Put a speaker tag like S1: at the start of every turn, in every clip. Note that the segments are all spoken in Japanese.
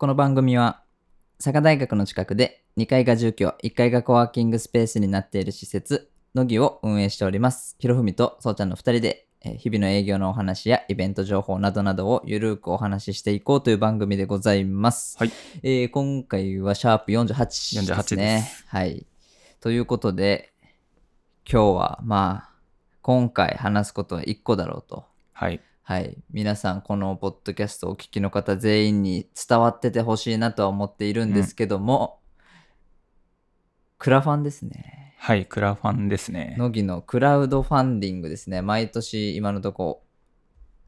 S1: この番組は、佐賀大学の近くで2階が住居、1階がコワーキングスペースになっている施設、のぎを運営しております。ひろふみとそうちゃんの2人で、えー日々の営業のお話やイベント情報などなどをゆるくお話ししていこうという番組でございます。
S2: はい
S1: えー今回はシャープ48ですね。はい。ということで、今日はまあ、今回話すことは1個だろうと。
S2: はい。
S1: はい。皆さん、このポッドキャストをお聞きの方全員に伝わっててほしいなとは思っているんですけども、クラファンですね。
S2: はい、クラファンですね。
S1: 乃木のクラウドファンディングですね。毎年、今のとこ、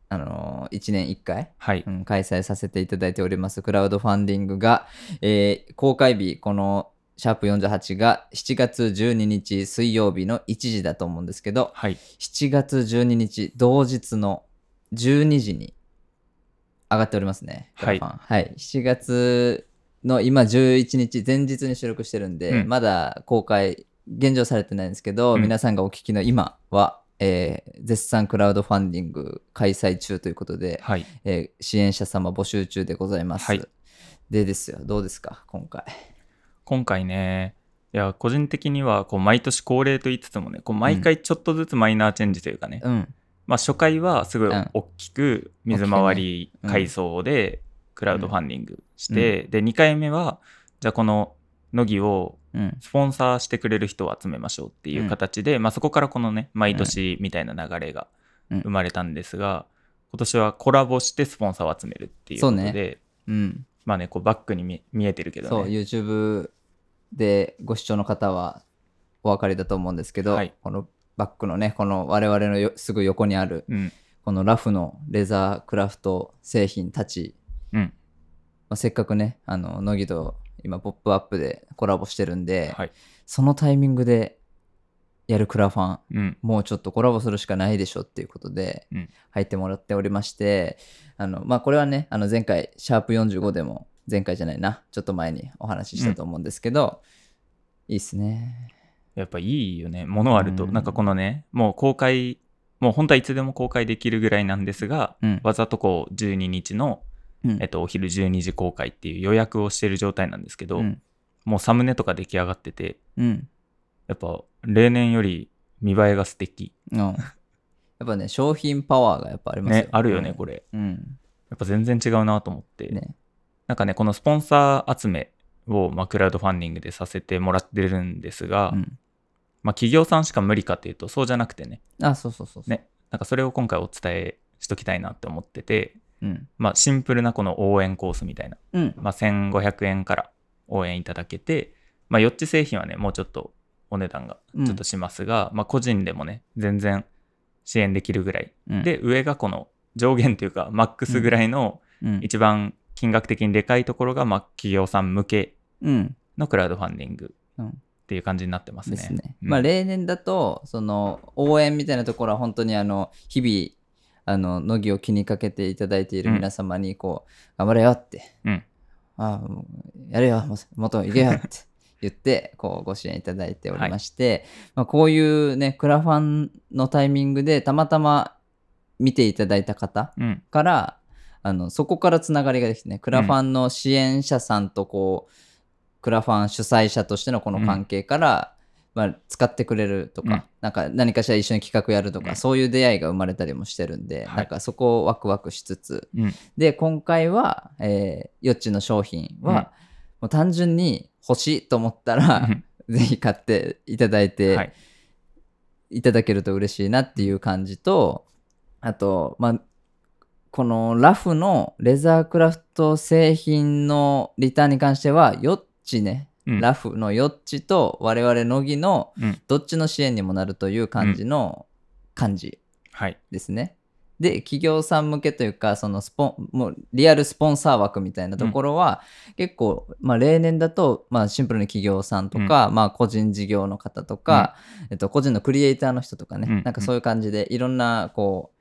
S1: あのー、1年1回、
S2: はい。
S1: うん、開催させていただいております、クラウドファンディングが、えー公開日、この、シャープ48が7月12日水曜日の1時だと思うんですけど、
S2: はい。
S1: 7月12日同日の12時に上がっておりますね。
S2: はい
S1: クラファンはい。7月の今11日前日に収録してるんで、
S2: うん
S1: まだ公開現状されてないんですけど、
S2: うん
S1: 皆さんがお聞きの今は、えー絶賛クラウドファンディング開催中ということで、
S2: はい。
S1: えー支援者様募集中でございます。
S2: はい
S1: でですよ、どうですか、今回。
S2: 今回ね、いや、個人的には、こう、毎年恒例と言いつつもね、こう、毎回ちょっとずつマイナーチェンジというかね、
S1: うん。
S2: まあ、初回はすごい
S1: うん
S2: 大きく水回り改装でクラウドファンディングして、で、2回目は、じゃあこの、乃木を
S1: うん。
S2: スポンサーしてくれる人を集めましょうっていう形で、まあ、そこからこのね毎年みたいな流れが
S1: うん
S2: 生まれたんですが、今年はコラボしてスポンサーを集めるっていうこと
S1: そう
S2: で、
S1: うん。
S2: まあねこうバックに見見えてるけ
S1: そ
S2: ど
S1: う、
S2: ね
S1: YouTube でご視聴の方はお分かりだと思うんですけど、
S2: はい
S1: このバックのね、この我々のよすぐ横にある、
S2: うん
S1: このラフのレザークラフト製品たち、
S2: うん
S1: まあ、せっかくね、あの、乃木と今、ポップアップでコラボしてるんで、
S2: はい
S1: そのタイミングでやるクラファン、
S2: うん
S1: もうちょっとコラボするしかないでしょっていうことで
S2: うん
S1: 入ってもらっておりまして、あのまあこれはねあの前回シャープ45でも前回じゃないなちょっと前にお話ししたと思うんですけど、いいっすね
S2: やっぱいいよね物あると、
S1: うん
S2: なんかこのねもう公開もう本当はいつでも公開できるぐらいなんですが
S1: うん
S2: わざとこう12日の、
S1: うん
S2: えっと、お昼12時公開っていう予約をしてる状態なんですけど、
S1: うん
S2: もうサムネとか出来上がってて
S1: うん
S2: やっぱ例年より見栄えが素敵
S1: うん やっぱね商品パワーがやっぱありますよ
S2: ねあるよね、
S1: うん
S2: これ
S1: うん
S2: やっぱ全然違うなと思って、
S1: ね
S2: なんかねこのスポンサー集めを、まあ、クラウドファンディングでさせてもらってるんですが、
S1: うん
S2: まあ、企業さんしか無理かっていうとそうじゃなくてね
S1: あそうそうそうそう
S2: ねなんかそれを今回お伝えしときたいなって思ってて、
S1: うん
S2: まあ、シンプルなこの応援コースみたいな、
S1: うん
S2: まあ、1500円から応援いただけて、まあ、4つ製品はねもうちょっとお値段が
S1: うん
S2: ちょっとしますが、まあ、個人でもね全然支援できるぐらい
S1: うん
S2: で上がこの上限というかマックスぐらいの
S1: うん
S2: 一番金額的にでかいところが、まあ、企業さん向け
S1: うん
S2: のクラウドファンディング
S1: うん
S2: っていう感じになってますね。
S1: ですね。
S2: うん
S1: まあ例年だとその応援みたいなところは本当にあの日々あの乃木を気にかけていただいている皆様にこう、頑張れよって、
S2: うん
S1: ああもうやれよもうもっといけよって言ってこうご支援いただいておりまして、まあ、こういうねクラファンのタイミングでたまたま見ていただいた方
S2: うん、
S1: からあのそこからつながりができてねクラファンの支援者さんとこう、クラファン主催者としてのこの関係から、まあ、使ってくれるとか,、
S2: うん
S1: なんか何かしら一緒に企画やるとか、
S2: うん
S1: そういう出会いが生まれたりもしてるんで、
S2: はい
S1: なんかそこをワクワクしつつ
S2: うん
S1: で今回は、えー、よっちの商品は、
S2: うん
S1: もう単純に欲しいと思ったら、 ぜひ買っていただいて、
S2: はい
S1: いただけると嬉しいなっていう感じとあとまあこのラフのレザークラフト製品のリターンに関してはヨッチね、
S2: うん
S1: ラフのヨッチと我々乃木の
S2: うん
S1: どっちの支援にもなるという感じの感じ
S2: はい、
S1: ですね。で企業さん向けというかそのスポンもうリアルスポンサー枠みたいなところは、結構、まあ、例年だと、まあ、シンプルに企業さんとか、まあ、個人事業の方とか、えっと、個人のクリエイターの人とかね、
S2: うん
S1: なんかそういう感じでいろんなこ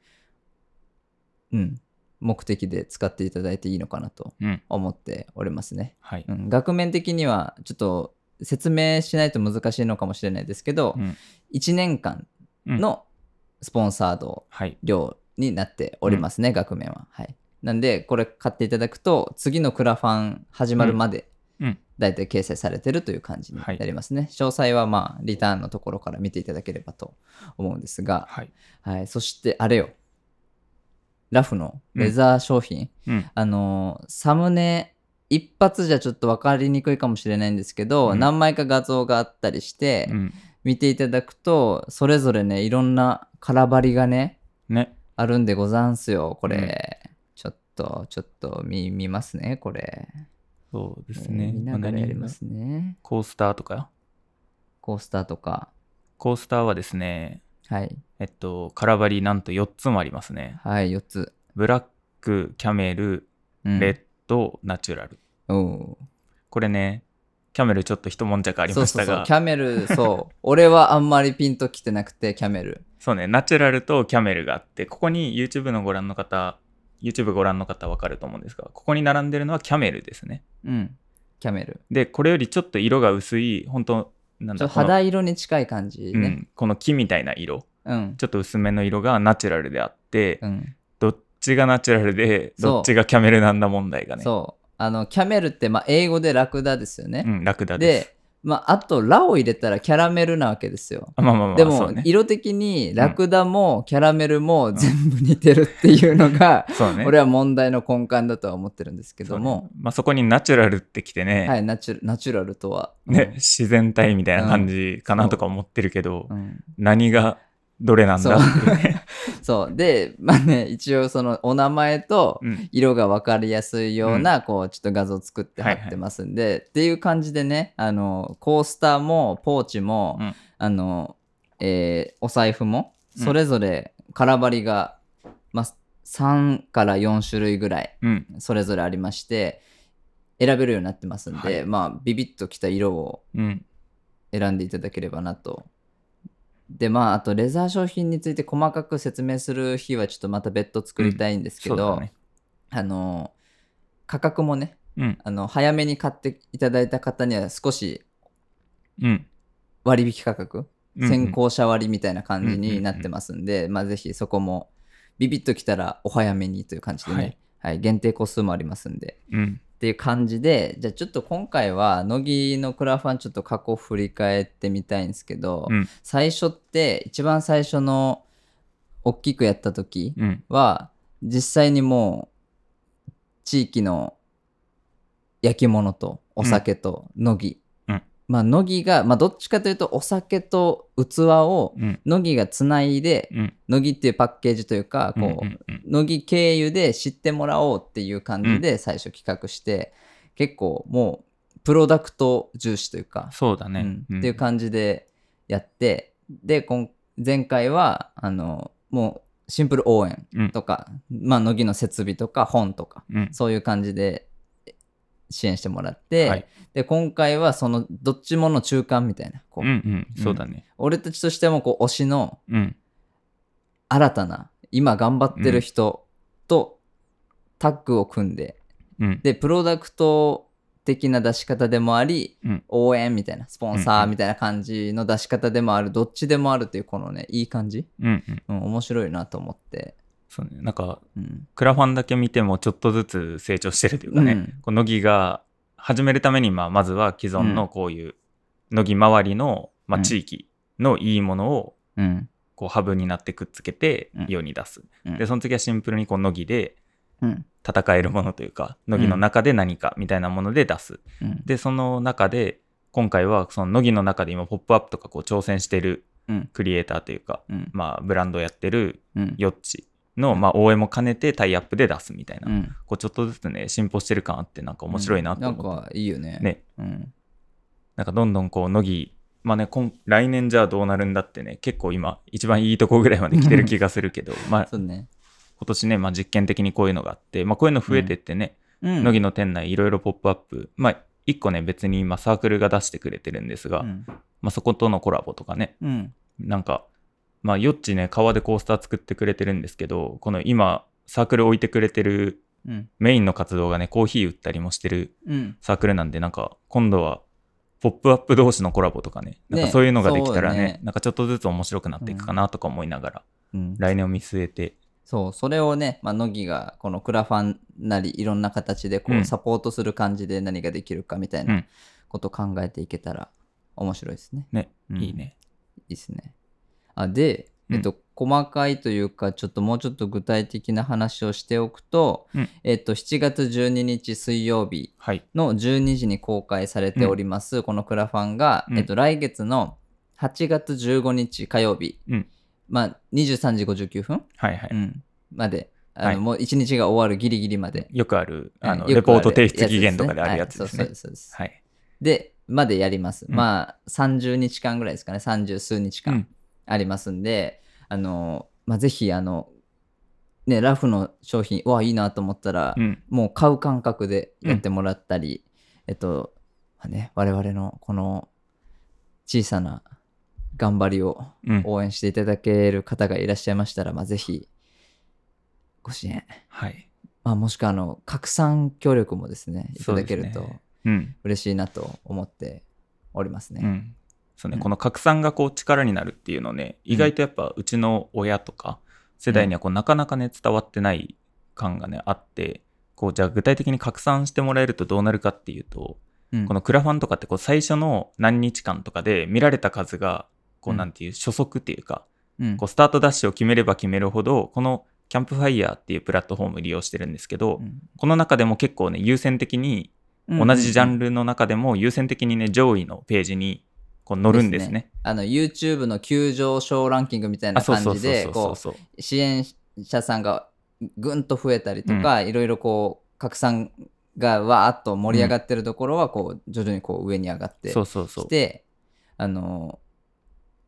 S1: う、うん、目的で使っていただいていいのかなと
S2: うん
S1: 思っておりますね。
S2: はい
S1: うん、額面的にはちょっと説明しないと難しいのかもしれないですけど、
S2: うん
S1: 1年間のスポンサード
S2: はい
S1: 量になっておりますね、額面は。はい。なんで、これ買っていただくと、次のクラファン始まるまで
S2: うんうん、
S1: だいたい掲載されてるという感じになりますね。詳細は、まあ、リターンのところから見ていただければと思うんですが、
S2: はい。
S1: はい、そして、あれよ、ラフのレザー商品、
S2: うん。
S1: あのーサムネ一発じゃちょっと分かりにくいかもしれないんですけど、
S2: うん
S1: 何枚か画像があったりして、
S2: うん
S1: 見ていただくとそれぞれねいろんな空張りがね
S2: ね。
S1: あるんでござんすよこれ、ちょっとちょっと見見ますねこれ、
S2: そうです
S1: えー
S2: ね。
S1: 見ながらやりますね
S2: コースターとか
S1: コースターとか
S2: コースターはですね、
S1: はい
S2: えっと、空張りなんと4つもありますね。
S1: はい4つ、
S2: ブラック、キャメル、
S1: うん
S2: レッド、ナチュラル。
S1: おう
S2: これね、キャメルちょっと一悶着ありまし
S1: そうそう
S2: た
S1: そう
S2: が、
S1: キャメルそう 俺はあんまりピンときてなくてキャメル
S2: そうね、ナチュラルとキャメルがあって、ここに YouTube のご覧の方、YouTube ご覧の方わかると思うんですが、ここに並んでるのはキャメルですね。
S1: うんキャメル
S2: で、これよりちょっと色が薄い、本当なん
S1: ちょ
S2: だ
S1: っと
S2: この
S1: 肌色に近い感じ
S2: う
S1: ね
S2: ん、この木みたいな色、
S1: うん
S2: ちょっと薄めの色がナチュラルであって、
S1: うん、
S2: どっちがナチュラルで、
S1: そう
S2: どっちがキャメルなんだ問題がね、
S1: そうあのキャメルって、まあ、英語でラクダですよね、
S2: うん、ラクダです。
S1: で、まあ、あと、ラを入れたらキャラメルなわけですよ。
S2: あまあまあまあ、
S1: で
S2: そ
S1: も、
S2: うね。
S1: 色的にラクダもキャラメルも全部似てるっていうのが、
S2: そう ね。
S1: 俺は問題の根幹だとは思ってるんですけど
S2: そうね
S1: も、
S2: まあ、そこにナチュラルってきてね、
S1: はい、ナチュナチュラルとは。
S2: ね自然体みたいな感じかなとか思ってるけど、
S1: うんうん
S2: 何がどれなんだっていうね。
S1: そう。で、まあね、一応そのお名前と
S2: うん
S1: 色が分かりやすいような、こう、ちょっと画像作って貼ってますんで、っていう感じでね、あの、コースターもポーチも、
S2: うん
S1: あの、えーお財布も、
S2: うん
S1: それぞれ空張りが、まあ、3から4種類ぐらい、
S2: うん
S1: それぞれありまして、選べるようになってますんで、
S2: はい
S1: まあ、ビビッときた色を
S2: うん
S1: 選んでいただければなと。でまあ、あとレザー商品について細かく説明する日はちょっとまた別途作りたいんですけ
S2: そう
S1: ど、
S2: だね。
S1: あの価格もね
S2: うん、
S1: あの早めに買っていただいた方には少し
S2: うん。
S1: 割引価格、
S2: うん
S1: 先行者割りみたいな感じになってますんで、まあ、ぜひそこもビビッときたらお早めにという感じでね、はい限定個数もありますんで
S2: うん。
S1: っていう感じでじゃあちょっと今回は乃木のクラファンちょっと過去振り返ってみたいんですけど、
S2: うん
S1: 最初って一番最初の大きくやった時
S2: うん。
S1: は実際にもう地域の焼き物とお酒と乃木、
S2: うん
S1: まあ乃木が、まあ、どっちかというとお酒と器を
S2: うん。
S1: 乃木がつないで
S2: うん。
S1: 乃木っていうパッケージというかこう、
S2: うんうん
S1: 乃木経由で知ってもらおうっていう感じで最初企画して、結構もうプロダクト重視というか、
S2: そうだね。
S1: うん
S2: ん
S1: っていう感じでやってで今前回はあのもうシンプル応援とか、まあ、乃木の設備とか本とか
S2: うん
S1: そういう感じで支援してもらって、
S2: はい
S1: で今回はそのどっちもの中間みたいなこう、
S2: うんうん。そうだね。
S1: 俺たちとしてもこう推しの
S2: うん。
S1: 新たな今頑張ってる人とタッグを組んで、
S2: うん。
S1: でプロダクト的な出し方でもあり、
S2: うん
S1: 応援みたいなスポンサーみたいな感じの出し方でもある、どっちでもあるというこのねいい感じ、
S2: うんうん。
S1: うん、面白いなと思って、
S2: そうね。なんか、
S1: うん、
S2: クラファンだけ見てもちょっとずつ成長してるというかね、
S1: うん
S2: こう乃木が始めるために、まあ、まずは既存のこういう乃木周りの、ま
S1: う
S2: あ、
S1: ん
S2: 地域のいいものを
S1: うん
S2: こうハブになってくっつけて
S1: うん
S2: 世に出す、
S1: うん
S2: でその次はシンプルにこう乃木で
S1: うん
S2: 戦えるものというか乃木の中で何かみたいなもので出す、
S1: うん
S2: でその中で今回はその乃木の中で今「ポップアップとかこう挑戦してる
S1: うん
S2: クリエイターというか、
S1: うん
S2: まあ、ブランドをやってる
S1: うん
S2: ヨッチの、まあ、応援も兼ねてタイアップで出すみたいな、
S1: うん
S2: こうちょっとずつね進歩してる感あってなんか面白いなと思って、
S1: うんなんかいいよね
S2: ね
S1: うん
S2: なんかどんどんこう乃木まあね今来年じゃあどうなるんだってね結構今一番いいとこぐらいまで来てる気がするけどまあ
S1: そうね、
S2: 今年ね、まあ、実験的にこういうのがあって、まあ、こういうの増えてってね、
S1: うん、木
S2: 乃木の店内いろいろポップアップまあ一個ね別に今サークルが出してくれてるんですが、
S1: うん
S2: まあ、そことのコラボとかね
S1: うん
S2: なんかまあよっちね川でコースター作ってくれてるんですけどこの今サークル置いてくれてる
S1: うん
S2: メインの活動がねコーヒー売ったりもしてる
S1: うん
S2: サークルなんでなんか今度はポップアップ同士のコラボとかねなんか
S1: ね
S2: そういうのができたらね
S1: そうだね
S2: なんかちょっとずつ面白くなっていくかなとか思いながら、
S1: うん
S2: 来年を見据えて
S1: そう、それをね、まあ、乃木がこのクラファンなりいろんな形でこ
S2: う
S1: うんサポートする感じで何ができるかみたい
S2: うん
S1: なことを考えていけたら面白いですね。
S2: ね、
S1: うん
S2: いいね。
S1: いいですね。あで、
S2: うん
S1: えっと、細かいというか、ちょっともうちょっと具体的な話をしておくと、
S2: うん
S1: えっと、7月12日水曜日
S2: はい。
S1: の12時に公開されております、このクラファンが、
S2: うん
S1: えっと、来月の8月15日火曜日、
S2: うん
S1: まあ、23時59分、
S2: はいは
S1: う
S2: い。
S1: ん、まで、あの
S2: はい
S1: もう1日が終わるギリギリまで。
S2: よくある、あの、
S1: うんよ
S2: レ
S1: くあ
S2: ポ
S1: る
S2: ート提出期
S1: やつですね
S2: 限とかであるやつです
S1: はい
S2: ね
S1: そう。そうですそうです
S2: はい。
S1: で、までやります。
S2: うん
S1: まあ、30日間ぐらいですかね、30数日
S2: う
S1: 間
S2: ん
S1: ありますんで、あの、まあ、ぜひ、あの、ね、ラフの商品、うわ、いいなと思ったら、
S2: うん。
S1: もう買う感覚でやってもらったり、えっと、まあね、我々のこの小さな頑張りを
S2: うん。
S1: 応援していただける方がいらっしゃいましたら、まあ、ぜひ、ご支援、
S2: はい。
S1: まあ、もしくは、あの、拡散協力もですね、いただける
S2: そう
S1: と
S2: ですねうん。
S1: 嬉しいなと思っておりますね。
S2: うん。そうね、
S1: うん
S2: この拡散がこう力になるっていうのね、意外とやっぱうちの親とか世代にはこうなかなかね、伝わってない感がね、あって、こう、じゃあ具体的に拡散してもらえるとどうなるかっていうと、
S1: うん
S2: このクラファンとかってこう最初の何日間とかで見られた数が、こ
S1: う
S2: うんなんていう、初速っていうか、
S1: うん
S2: こうスタートダッシュを決めれば決めるほど、このキャンプファイヤーっていうプラットフォーム利用してるんですけど、この中でも結構ね、優先的に
S1: うん
S2: 同じジャン
S1: ル
S2: ルの中でも優先的にね、上位のページにこう載るんですね。
S1: あの YouTube の急上昇ランキングみたい
S2: あ、
S1: な
S2: そう
S1: 感
S2: そう
S1: じ
S2: そう
S1: で
S2: そうそう
S1: こ
S2: そう。
S1: う支援者さんがぐんと増えたりとか、いろいろこう拡散がわーっと盛り上がってるところはこう徐々にこう上に上がって
S2: そうそうそう
S1: き。てあの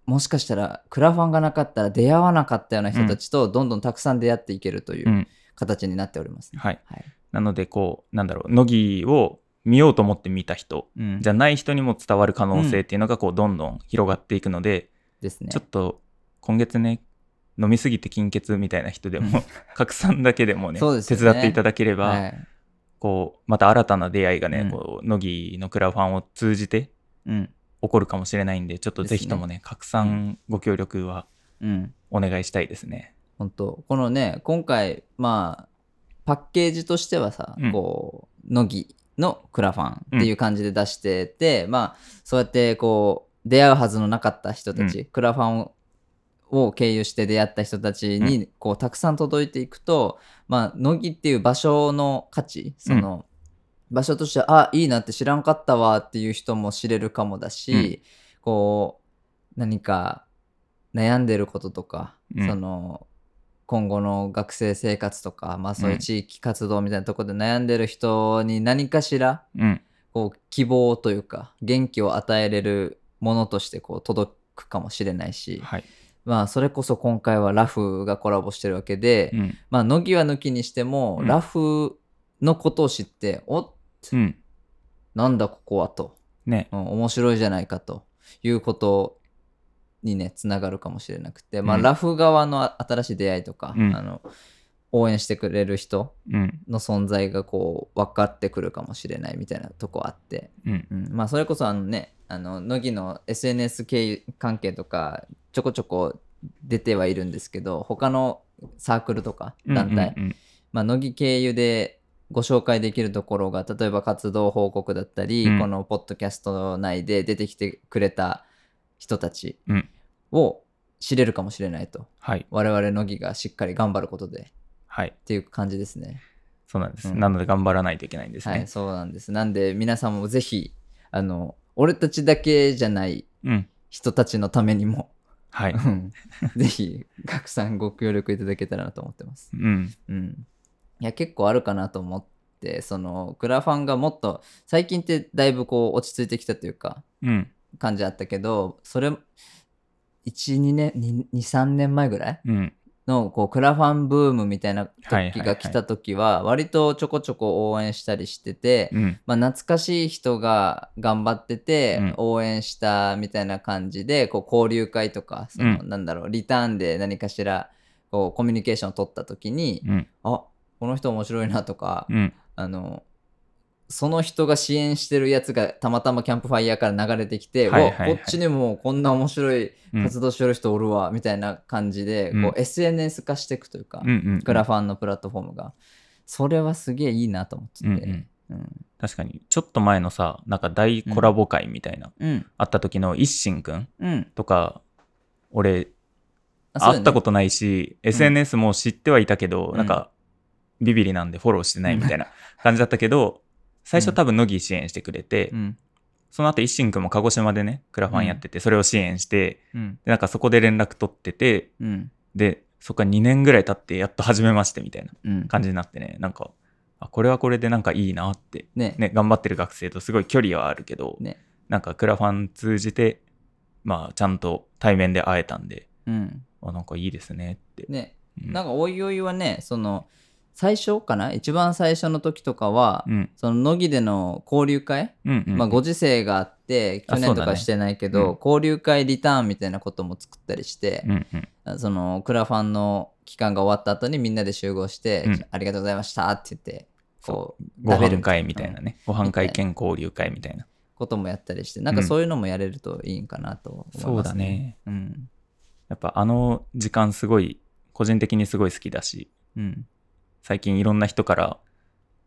S1: もしかしたらクラファンがなかったら出会わなかったような人たちとどんどんたくさん出会っていけるといううん形になっておりますね。
S2: はい。
S1: はい
S2: なので、こう、なんだろう、乃木を見ようと思って見た人、
S1: うん
S2: じゃない人にも伝わる可能性っていうのが、こう、どんどん広がっていくので、
S1: ですね
S2: ちょっと、今月ね、飲みすぎて金欠みたいな人でも、 拡散だけでもね、
S1: そうです
S2: 手
S1: よね
S2: 伝っていただければ、
S1: はい
S2: こう、また新たな出会いがね、
S1: うん
S2: こう、乃木のクラファンを通じて
S1: うん
S2: 起こるかもしれないんで、ちょっとぜひともね、拡散ご協力は
S1: うん、
S2: お願いしたいですね。
S1: 本当このね今回まあパッケージとしてはさ、
S2: うん
S1: こう乃木のクラファンっていう感じで出してて、まあそうやってこう出会うはずのなかった人たち、クラファンをを経由して出会った人たちにこうたくさん届いていくと、まあ乃木っていう場所の価値その、場所としてあいいなって知らんかったわっていう人も知れるかもだし、
S2: うん
S1: こう何か悩んでることとか、
S2: うん
S1: その今後の学生生活とか、まあ、そういううん地域活動みたいなところで悩んでる人に何かしら
S2: うん。
S1: こう希望というか元気を与えれるものとしてこう届くかもしれないし、
S2: はい。
S1: まあ、それこそ今回はラフがコラボしてるわけで、
S2: うん。
S1: まあ、乃木は抜きにしても、
S2: うん
S1: ラフのことを知っておっ
S2: うん。
S1: なんだここはと、
S2: ね。
S1: うん、面白いじゃないかということにねつながるかもしれなくて、まあ
S2: うん
S1: ラフ側のあ新しい出会いとか、
S2: うん
S1: あの応援してくれる人
S2: うん。
S1: の存在がこう分かってくるかもしれないみたいなとこあって、
S2: うん。
S1: うん、まあそれこそあのねあの乃木の SNS 経由関係とかちょこちょこ出てはいるんですけど他のサークルとか団体、
S2: うんうん
S1: まあ、乃木経由でご紹介できるところが例えば活動報告だったり、
S2: うん
S1: このポッドキャスト内で出てきてくれた人たち
S2: うん
S1: を知れるかもしれないと、
S2: はい。
S1: 我々乃木がしっかり頑張ることで
S2: はい。
S1: っていう感じですね
S2: そうなんです。
S1: うん
S2: なので頑張らないといけないんですね。
S1: はいそうなんですなんで皆さんもぜひあの俺たちだけじゃない
S2: うん。
S1: 人たちのためにも、
S2: はい。
S1: うんぜひ 拡散ご協力いただけたらなと思ってます
S2: うん。
S1: うん、いや結構あるかなと思ってそのクラファンがもっと最近ってだいぶこう落ち着いてきたというか
S2: うん。
S1: 感じあったけどそれ12年23年前ぐらい
S2: うん。
S1: のこうクラファンブームみたいな
S2: はいはい
S1: 時
S2: はい
S1: が来た時は割とちょこちょこ応援したりしてて、
S2: うん。
S1: まあ、懐かしい人が頑張ってて
S2: うん
S1: 応援したみたいな感じで、こう交流会とかその、
S2: う
S1: なんだろうリターンで何かしらこうコミュニケーションを取った時に、
S2: うん。
S1: あこの人面白いなとか、
S2: うん。
S1: あのその人が支援してるやつがたまたまキャンプファイヤーから流れてきて、
S2: はいはいはいう
S1: わこっちにもこんな面白い
S2: うん
S1: 活動してる人おるわ、みたいな感じで、
S2: うん
S1: こう SNS 化していくというか、
S2: うんうんうん
S1: クラファンのプラットフォームが。それはすげえいいなと思ってて。
S2: うんうん
S1: うん
S2: 確かにちょっと前のさなんか大コラボ会みたいな、
S1: うん
S2: あった時の一心くん
S1: うん
S2: とか俺
S1: そう
S2: 会
S1: よ
S2: っ
S1: ね
S2: たことないし、SNS も知ってはいたけど、
S1: うん
S2: なんかビビリなんでフォローしてないみたいな 感じだったけど最初多分乃木支援してくれて、
S1: うん
S2: その後一心くんも鹿児島でねクラファンやってて、それを支援して
S1: うん
S2: でなんかそこで連絡取ってて
S1: うん
S2: でそっから2年ぐらい経ってやっと始めましてみたいな
S1: うん
S2: 感じになってねなんかあこれはこれでなんかいいなって、
S1: ね
S2: ね、頑張ってる学生とすごい距離はあるけど、
S1: ね
S2: なんかクラファン通じてまあちゃんと対面で会えたんで
S1: うん
S2: あなんかいいですねって、
S1: ね
S2: うん、
S1: なんかおいおいはねその最初かな一番最初の時とかは、
S2: うん
S1: その乃木での交流会、
S2: うんうん
S1: まあ、ご時世があって
S2: あ
S1: 去年と
S2: そうだ
S1: か
S2: ね
S1: してないけ
S2: うん
S1: ど、交流会リターンみたいなことも作ったりして
S2: う、んうん
S1: そのクラファンの期間が終わった後にみんなで集合して「
S2: うん
S1: ありがとうございました」って言ってこう
S2: ご
S1: 食べ
S2: 飯
S1: る
S2: 会みたいなね、ご飯会兼交流会みたいな
S1: こともやったりしてなんかそういうのもやれるといいんかなと思います、
S2: そうだね
S1: うん
S2: やっぱあの時間すごい個人的にすごい好きだし
S1: うん
S2: 最近いろんな人から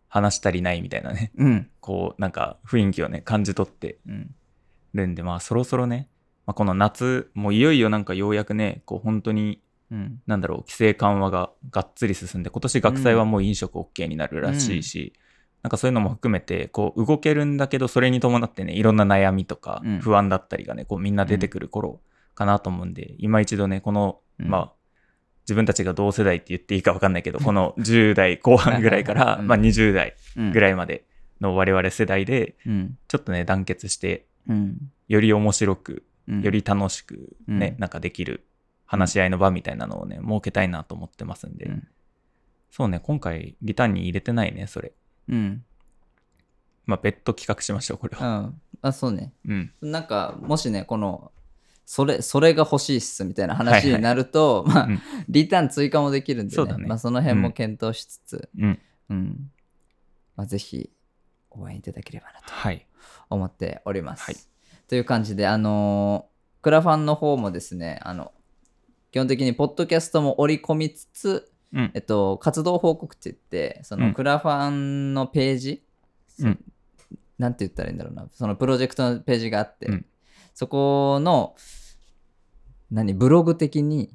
S2: 話したりないみたいなね
S1: うん
S2: こうなんか雰囲気をね感じ取って
S1: うん
S2: るんでまあそろそろね、まあ、この夏もういよいよなんかようやくねこう本当に
S1: うん
S2: なんだろう規制緩和ががっつり進んで今年学祭はもう飲食 OK になるらしいし、なんかそういうのも含めてこう動けるんだけどそれに伴ってねいろんな悩みとか
S1: うん
S2: 不安だったりがねこうみんな出てくる頃かなと思うんで、今一度ねこの、
S1: うん
S2: まあ自分たちが同世代って言っていいか分かんない けどこの10代後半ぐらいから、
S1: うん
S2: まあ、20代
S1: うん
S2: ぐらいまでの我々世代で
S1: うん
S2: ちょっとね団結して
S1: うん
S2: より面白く
S1: うん
S2: より楽しくね、
S1: うん
S2: なんかできる話し合いの場みたいなのをね設けたいなと思ってますんで、
S1: うん
S2: そうね今回リターンに入れてないねそれ
S1: うん
S2: まあ別途企画しましょうこれ
S1: う
S2: は
S1: んあそうね
S2: うん
S1: なんかもしねこのそれそれが欲しいっすみたいな話になると、
S2: う
S1: ま
S2: ん
S1: あ、リターン追加もできるんで、ね
S2: そうだね
S1: まあ、その辺も検討しつつ、
S2: うん
S1: うんまあ、ぜひ応援いただければなと
S2: はい
S1: 思っております。
S2: はい
S1: という感じで、あのークラファンの方もですねあの基本的にポッドキャストも織り込みつつ、
S2: うん
S1: えっと、活動報告って言ってそ
S2: うん
S1: のクラファンのページ、
S2: うん
S1: なんて言ったらいいんだろうなそのプロジェクトのページがあって、
S2: うん
S1: そこの何ブログ的に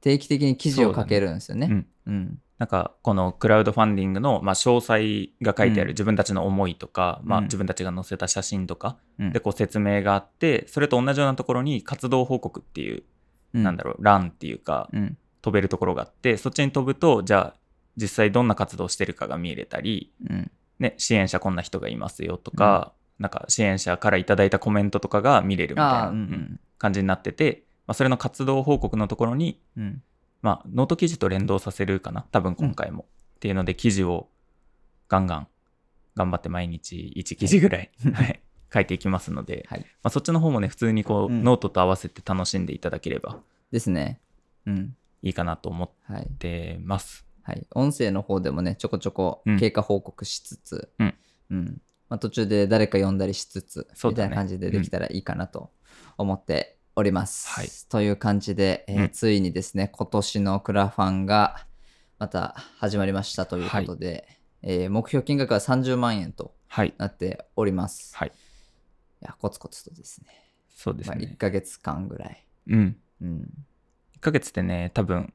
S1: 定期的に記事を書けるんですよね。
S2: そうだね
S1: うん
S2: なんかこのクラウドファンディングの、まあ、詳細が書いてあ
S1: うん
S2: る自分たちの思いとか、まあ、
S1: うん
S2: 自分たちが載せた写真とか
S1: うん
S2: でこう説明があってそれと同じようなところに活動報告っていう、
S1: うん
S2: なんだろう欄っていうか、
S1: うん
S2: 飛べるところがあってそっちに飛ぶとじゃあ実際どんな活動してるかが見れたり、
S1: うん
S2: ね、支援者こんな人がいますよとか、なんか支援者からいただいたコメントとかが見れるみたい
S1: あ
S2: な
S1: あ、うん
S2: 感じになってて、まあ、それの活動報告のところに、
S1: うんうん
S2: まあ、ノート記事と連動させるかな多分今回も、っていうので記事をガンガン頑張って毎日1記事ぐらい、 はい、書いていきますので、
S1: はい
S2: まあ、そっちの方もね普通にこう、
S1: うん
S2: ノートと合わせて楽しんでいただければ
S1: ですね。うん
S2: いいかなと思っ
S1: はい
S2: てます。
S1: はい、音声の方でもねちょこちょこ
S2: うん
S1: 経過報告しつつ、
S2: うん
S1: うんまあ、途中で誰か呼んだりしつつ、
S2: そう
S1: み
S2: だ
S1: た
S2: ね
S1: いな感じでできたらいいかなと思っております。
S2: はい
S1: という感じで、えー
S2: うん
S1: ついにですね今年のクラファンがまた始まりましたということで、えー目標金額は30万円と
S2: はい、
S1: なっております。
S2: はい、
S1: いやコツコツとですね
S2: そうです
S1: まあ、1
S2: ね。
S1: ヶ月間ぐらい。
S2: うん。
S1: うん
S2: 1ヶ月ってね、多分、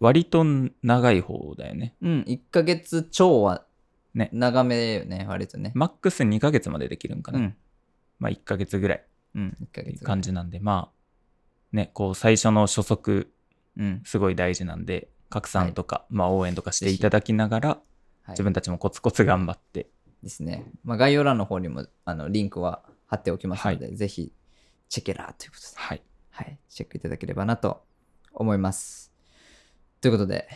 S2: 割と長い方だよね。
S1: うん、1ヶ月超は
S2: ね
S1: 長めよね、割とね。
S2: マックス2ヶ月までできるんかな。
S1: うん、
S2: まあ、1ヶ月ぐらい
S1: うん、1ヶ
S2: って
S1: 月
S2: いう
S1: ぐらい
S2: 感じなんで、まあ、ね、こう、最初の初速、
S1: うん
S2: すごい大事なんで、拡散とか、まあ、応援とかしていただきながら、
S1: はい、
S2: 自分たちもコツコツ頑張って、
S1: ですね、まあ、概要欄の方にもあのリンクは貼っておきますので、ぜひチェケラーということで、
S2: はい。
S1: はい、チェックいただければなと思います。ということで、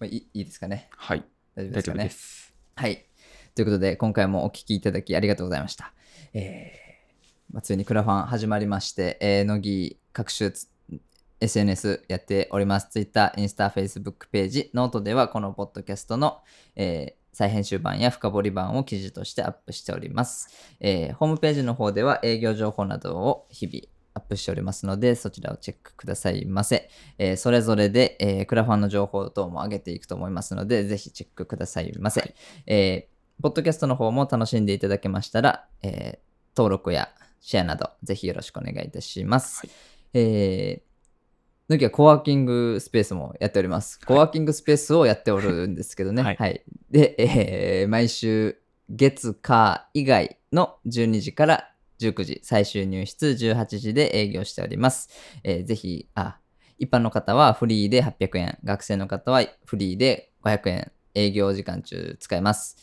S1: まあ、いいいですかね
S2: はい。
S1: 大丈夫で
S2: 大
S1: す
S2: 丈
S1: か
S2: 夫で
S1: ね
S2: す。
S1: はい。ということで、今回もお聞きいただきありがとうございました。えーまあ、ついにクラファン始まりまして、えー、乃木各種つ SNS やっております。Twitter、インスタ、Facebook ページ、ノートではこのポッドキャストの、えー再編集版や深掘り版を記事としてアップしております。えーホームページの方では営業情報などを日々アップしておりますので、そちらをチェックくださいませ。えーそれぞれで、えークラファンの情報等も上げていくと思いますので、ぜひチェックくださいませ。えーポッドキャストの方も楽しんでいただけましたら、えー登録やシェアなど、ぜひよろしくお願いいたします。
S2: はい
S1: えーのきはコワーキングスペースもやっております。コワーキングスペースをやっておるんですけどね。は
S2: はいい、
S1: で、えー毎週月火以外の12時から19時、最終入室18時で営業しております。えーぜひ、あ、一般の方はフリーで800円、学生の方はフリーで500円、営業時間中使えます。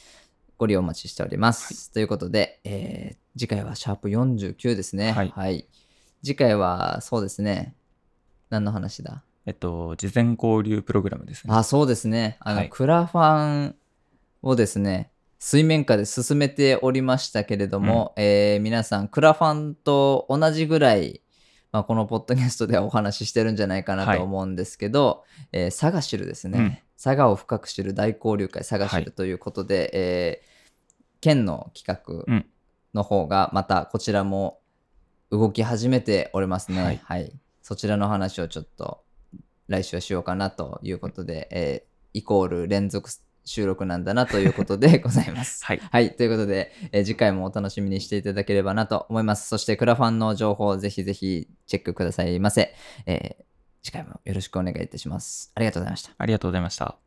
S1: ご利用お待ちしております。ということで、えー次回はシャープ49ですね。
S2: はい
S1: はい、次回は、そうですね。何の話だ
S2: えっと、事前交流プログラムですね。
S1: あそうですねあの、
S2: はい
S1: クラファンをですね水面下で進めておりましたけれども、えー皆さんクラファンと同じぐらい、まあ、このポッドキャストではお話ししてるんじゃないかな
S2: はい
S1: と思うんですけど、えー佐賀知るですね、
S2: うん
S1: 佐賀を深く知る大交流会佐賀知
S2: は
S1: るということで、えー県の企
S2: う
S1: 画
S2: ん
S1: の方がまたこちらも動き始めておりますね、
S2: はい
S1: はい、そちらの話をちょっと来週はしようかなということで、えーイコール連続収録なんだなということで ございます。
S2: はい。
S1: はい、ということで、えー次回もお楽しみにしていただければなと思います。そして、クラファンの情報をぜひぜひチェックくださいませ。えー次回もよろしくお願いいたします。ありがとうございました。
S2: ありがとうございました。